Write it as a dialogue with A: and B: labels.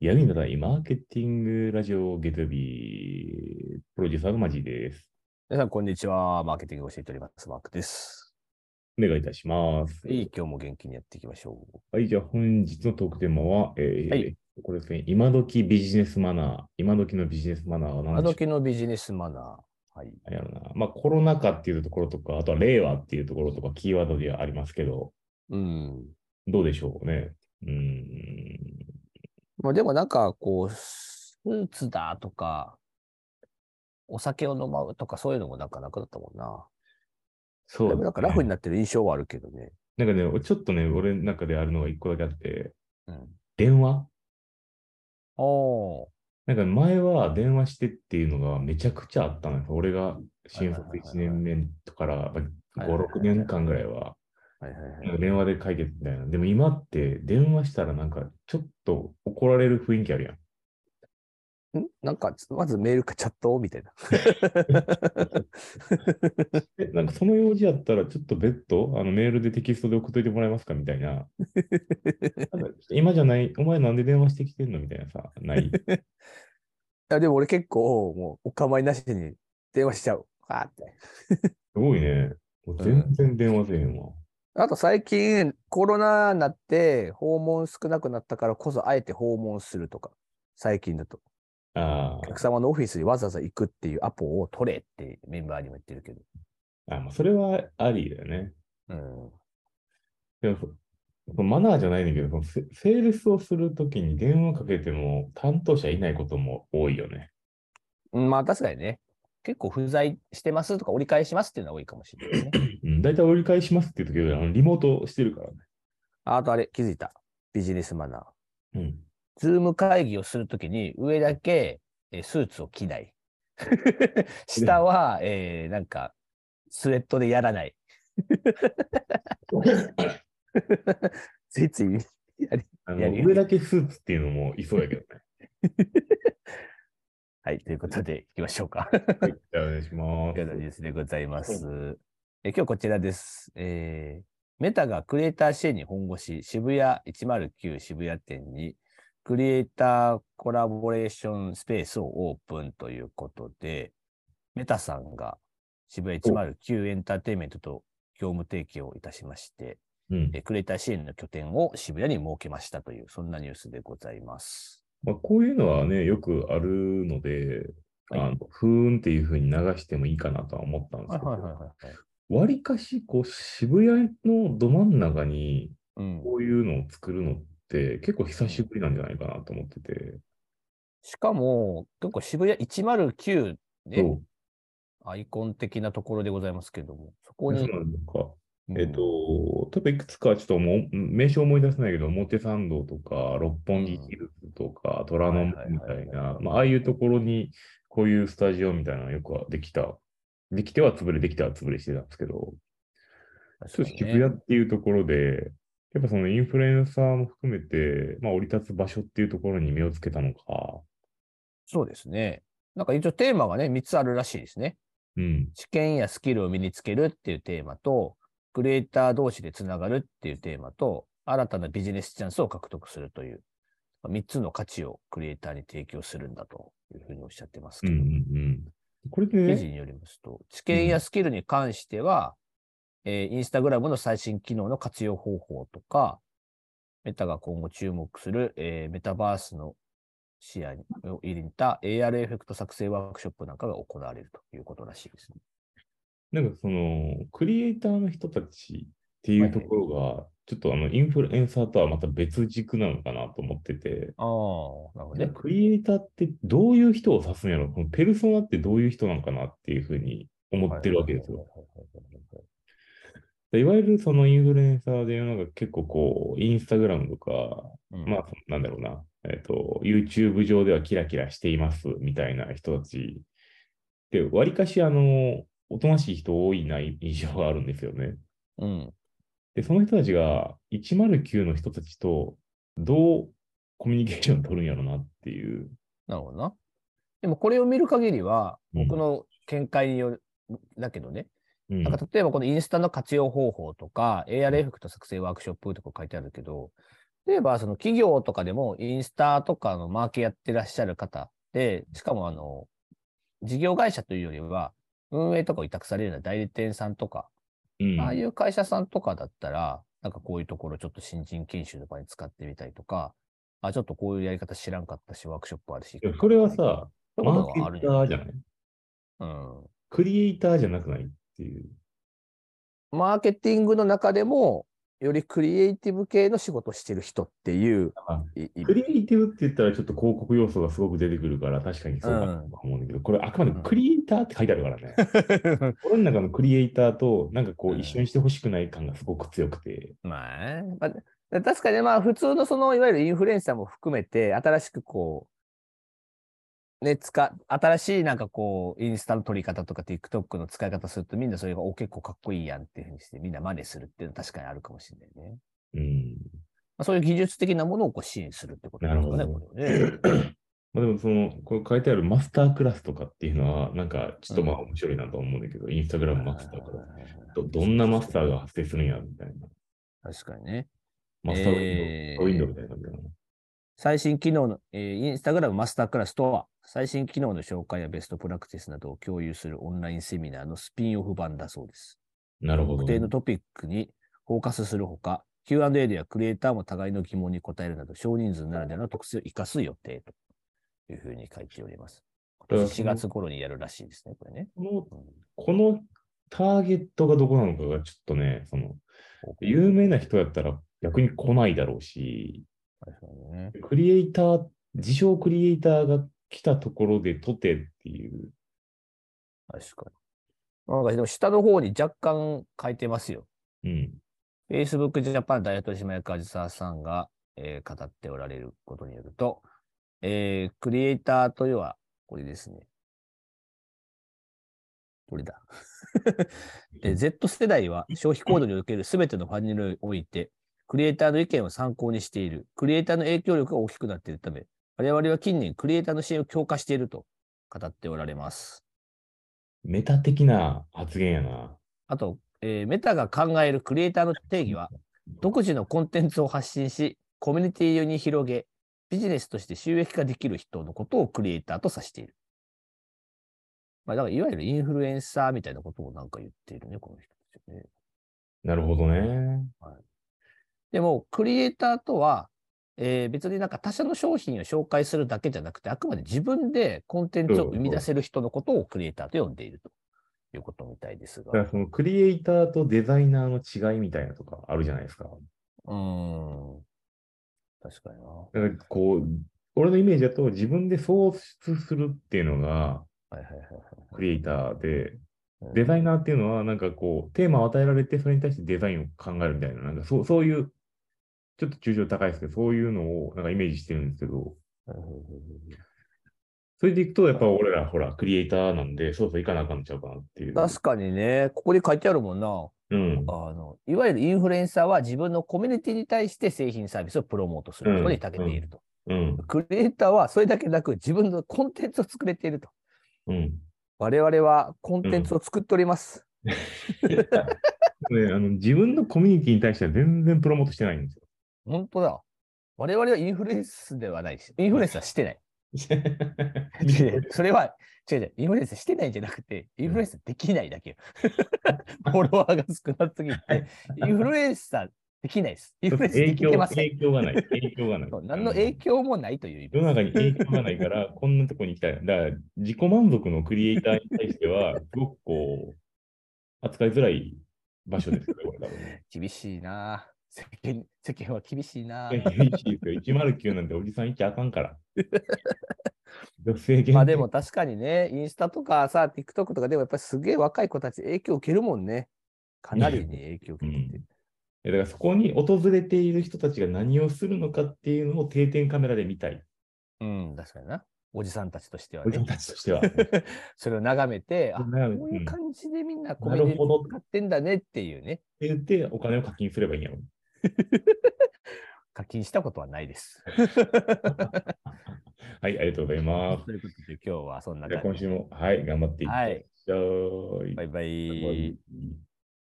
A: 闇のないマーケティングラジオ月曜日、プロデューサーのマジーです。
B: 皆さん、こんにちは。マーケティングを教えております。マークです。
A: お願いいたします。
B: はい、今日も元気にやっていきましょう。
A: はい、じゃあ本日のトークテーマは、えー
B: はい
A: これですね、今時ビジネスマナー、今時のビジネスマナーは
B: 今
A: 何でしょ
B: 時のビジネスマナー。はい。
A: うかやろな。まあコロナ禍っていうところとか、あとは令和っていうところとかキーワードではありますけど、
B: うん。
A: どうでしょうね。うーん。
B: まあ、でもなんか、こう、スーツだとか、お酒を飲まうとか、そういうのもなんかなくなったもんな。
A: そうで
B: だ
A: す
B: いぶ
A: ね、
B: なんかラフになってる印象はあるけどね。
A: なんかね、ちょっとね、俺の中であるのが一個だけあって、
B: うん。
A: 電話
B: おー。
A: なんか前は電話してっていうのがめちゃくちゃあったのよ。俺が新卒1年目とからやっぱり
B: はいはいはい
A: 5、6年間ぐらいは
B: はいはいはい。
A: なんか電話で解決みたいな。でも今って電話したらなんかちょっと怒られる雰囲気あるやん。
B: んなんか、まずメールかチャットみたいな。
A: えなんかその用事やったらちょっと別途あのメールでテキストで送っといてもらえますかみたいな。なんか今じゃない、お前なんで電話してきてんのみたいなさ、ない。
B: いや、でも俺結構、もう、お構いなしに電話しちゃう。あーって。
A: すごいね。もう全然電話せえへんわ。
B: あと最近コロナになって訪問少なくなったからこそあえて訪問するとか、最近だと。
A: あ
B: お客様のオフィスにわざわざ行くっていうアポを取れってメンバーにも言ってるけど。
A: ーあ、まあそれはありだよね。
B: うん。
A: でもそそのマナーじゃないんだけど、そのセセールスをするときに電話かけても担当者いないことも多いよね。
B: うんまあ確かにね。結構不在してますとか折り返しますっていうのは多いかもしれないね。
A: うん、大体折り返しますっていうときはあのリモートしてるからね。
B: あとあれ気づいた。ビジネスマナー。
A: うん、
B: ズーム会議をするときに上だけえースーツを着ない。 下は、えーなんかスウェットでやらない。ついつい
A: あ
B: や
A: の
B: るよ
A: 上だけスーツっていうのもいそうやけど ね。
B: はい、ということで、行きましょうか。
A: はい、じゃあお願いしま
B: 今日のニ
A: す。
B: ュースでございます。え今日こちらです。えーメタがクリエイター支援に本腰、渋谷109渋谷店にクリエイターコラボレーションスペースをオープンということで、メタさんが渋谷109エンターテインメントと業務提携をいたしまして、
A: うん
B: えクリエイター支援の拠点を渋谷に設けましたという、そんなニュースでございます。
A: まあ、こういうのはね、よくあるので、
B: はい
A: あのふーんっていうふうに流してもいいかなとは思ったんですけど、
B: はい。
A: わりかしこう渋谷のど真ん中に
B: うん、
A: こういうのを作るのって結構久しぶりなんじゃないかなと思ってて。
B: しかも、結構渋谷109ね、
A: そう
B: アイコン的なところでございますけども、そこ
A: そう
B: に、
A: なんですか。
B: うん
A: えっ、と、例えばいくつかちょっともう名称思い出せないけど、表参道とか、六本木ヒルズとか、虎ノ門みた
B: はい
A: い
B: はいはい
A: な
B: は、い
A: まあああいうところに、こういうスタジオみたいなのよくできた、できては潰れ、できては潰れしてたんですけど、ちょっと渋
B: 確かにね
A: 谷っていうところで、やっぱそのインフルエンサーも含めて、まあ降り立つ場所っていうところに目をつけたのか、
B: そうですね。なんか一応テーマがね、3つあるらしいですね。
A: うん、
B: 知見やスキルを身につけるっていうテーマと、クリエイター同士でつながるっていうテーマと、新たなビジネスチャンスを獲得するという、3つの価値をクリエイターに提供するんだというふうにおっしゃってます
A: う
B: け
A: ん、う
B: ど、
A: ん、うん。これで
B: 記事
A: ね、
B: によりますと、知見やスキルに関しては、えーインスタグラムの最新機能の活用方法とか、メタが今後注目する、えーメタバースの視野にを入れた AR エフェクト作成ワークショップなんかが行われるということらしいですね。
A: なんかその、クリエイターの人たちっていうところが、ちょっとあの、インフルエンサーとはまた別軸なのかなと思ってて、
B: ああ、なるほど
A: で
B: ね。
A: クリエイターってどういう人を指すんやろこのペルソナってどういう人なのかなっていうふうに思ってるわけですよ。でいわゆるそのインフルエンサーでいうのが結構こう、インスタグラムとか、
B: うん。
A: まあ、そのなんだろうな、えっ、と、YouTube 上ではキラキラしていますみたいな人たちで、わりかしあの、おとなしい人多いな印象があるんですよね。
B: うん。
A: で、その人たちが109の人たちとどうコミュニケーションを取るんやろなっていう。
B: なるほどな。でもこれを見る限りは、
A: うん
B: 僕の見解による、だけど
A: うん
B: ね、なんか例えばこのインスタの活用方法とか、AR エフェクト作成ワークショップとか書いてあるけど、例えば、その企業とかでも、インスタとかのマーケやってらっしゃる方で、しかも、あの、事業会社というよりは、運営とかを委託されるような代理店さんとか、
A: うん。
B: ああいう会社さんとかだったら、なんかこういうところちょっと新人研修の場に使ってみたりとか、あ、ちょっとこういうやり方知らんかったし、ワークショップあるし
A: いや。それはさ、
B: そういう
A: マ
B: こと
A: ーケ
B: があるん
A: ッ
B: じ
A: タ
B: ゃない
A: ーじゃない
B: うん。
A: クリエイターじゃなくないっていう。
B: マーケティングの中でも、よりクリエイティブ系の仕事をしてる人っていう
A: あ、
B: い い
A: クリエイティブって言ったらちょっと広告要素がすごく出てくるから確かにそうかなと思うんだけど、これあくまでもクリエイターって書いてあるから ね。俺の中のクリエイターとなんかこ
B: う
A: うん一緒にしてほしくない感がすごく強くて。
B: まあね、まあだ確かにまあ普通のそのいわゆるインフルエンサーも含めて新しくこうね使新しいなんかこうインスタの撮り方とか TikTok の使い方するとみんなそれがお結構かっこいいやんっていうふうにしてみんな真似するっていうのは確かにあるかもしれないね。
A: うん。
B: まあ、そういう技術的なものをこう支援するってことですか
A: な
B: ね、
A: るほど
B: これね。
A: まあでもその、これ書いてあるマスタークラスとかっていうのはなんかちょっとまあ面白いなと思うんだけど、インスタグラムマスタークラス。どどんなマスターが発生するんやみたいな。
B: 確かにね。
A: マスターウィンドウ、
B: えー
A: ウィンドウみたいな感じだな。
B: 最新機能の、えーインスタグラムマスタークラスとは、最新機能の紹介やベストプラクティスなどを共有するオンラインセミナーのスピンオフ版だそうです。
A: なるほど
B: 特
A: ね、
B: 定のトピックにフォーカスするほか、Q&A ではクリエイターも互いの疑問に答えるなど、少人数ならではの特性を生かす予定というふうに書いております。今年4月頃にやるらしいですね、これね。
A: この、このターゲットがどこなのかがちょっとね、その、有名な人やったら逆に来ないだろうし、
B: 確かにね
A: クリエイター、自称クリエイターが来たところでとてっていう。
B: 確かに。なんかでも下の方に若干書いてますよ。
A: うん。
B: Facebook Japan 代表取締役梶沢さんが、えー語っておられることによると、えークリエイターというのは、これですね。どれだ え ?Z 世代は消費行動における全てのファンネルにおいて、クリエイターの意見を参考にしている。クリエイターの影響力が大きくなっているため、我々は近年クリエイターの支援を強化していると語っておられます。
A: メタ的な発言やな。
B: あと、えーメタが考えるクリエイターの定義は、独自のコンテンツを発信し、コミュニティに広げ、ビジネスとして収益化できる人のことをクリエイターと指している。まあ、だからいわゆるインフルエンサーみたいなことをなんか言っているね、この人たちね。
A: なるほどね。
B: でも、クリエイターとは、えー別になんか他社の商品を紹介するだけじゃなくて、あくまで自分でコンテンツを生み出せる人のことをクリエイターと呼んでいるということみたいです
A: だ
B: が
A: か。らそのクリエイターとデザイナーの違いみたいなとかあるじゃないですか。
B: うーん。確かにな。
A: だからこう、俺のイメージだと自分で創出するっていうのが
B: はいはいはいはい
A: クリエイターで、
B: うん。
A: デザイナーっていうのは、なんかこう、テーマを与えられて、それに対してデザインを考えるみたいな、なんかそうそういう、ちょっと抽象高いですけど、そういうのをなんかイメージしてるんですけど、それでいくと、やっぱ俺ら、ほら、クリエイターなんで、そうそういかなあかんのちゃうかなっていう。
B: 確かにね、ここに書いてあるもんな。
A: うん。
B: あの、いわゆるインフルエンサーは自分のコミュニティに対して製品サービスをプロモートすることに長けていると。
A: うん。
B: クリエイターはそれだけなく自分のコンテンツを作れていると。
A: うん。
B: 我々はコンテンツを作っております。
A: ね、あの自分のコミュニティに対しては全然プロモートしてないんですよ。
B: 本当だ。我々はインフルエンスではないし、インフルエンス はしてない。違うそれは、違う違う、インフルエンスしてないんじゃなくて、インフルエンスできないだけよ。 フォロワーが少なすぎて、インフルエンサーできないです。インフルエンスで
A: 影
B: きて
A: 響
B: ません。
A: 影響がない。影響がない
B: そう。何の影響もないという意味
A: 世
B: で
A: の中
B: す。
A: に影響がない から、こんなとこに行きたい。だから、自己満足のクリエイターに対しては、すごくこう、扱いづらい場所ですよね、これ多分ね。
B: 厳しいなぁ世間。世間は厳しいなぁ
A: 厳しいですよ。109なんておじさん行っちゃあかん から。女性限定
B: まあでも、確かにね、インスタとかさ、TikTok とかでもやっぱりすげえ若い子たち影響受けるもんね。かなりに影響受けてて。
A: えだからそこに訪れている人たちが何をするのかっていうのを定点カメラで見たい。
B: うん、確かにな。おじさんたちとしては
A: おじさ
B: ね
A: ん。たちと しては。
B: それを眺めて、あ、こ
A: 眺めて
B: ういう感じでみんなコ
A: な
B: ミュ
A: る
B: ニテ
A: ほど
B: ィ
A: って
B: 使ってんだねっていうね。
A: 言って、お金を課金すればいいんやろ。
B: 課金したことはないです。
A: はい、ありがとうございます。
B: ということで今日はそんな
A: じゃ
B: 感
A: あ今
B: じ。
A: 週も、はい、頑張っていきましょう。
B: バイバイ。
A: バイバイ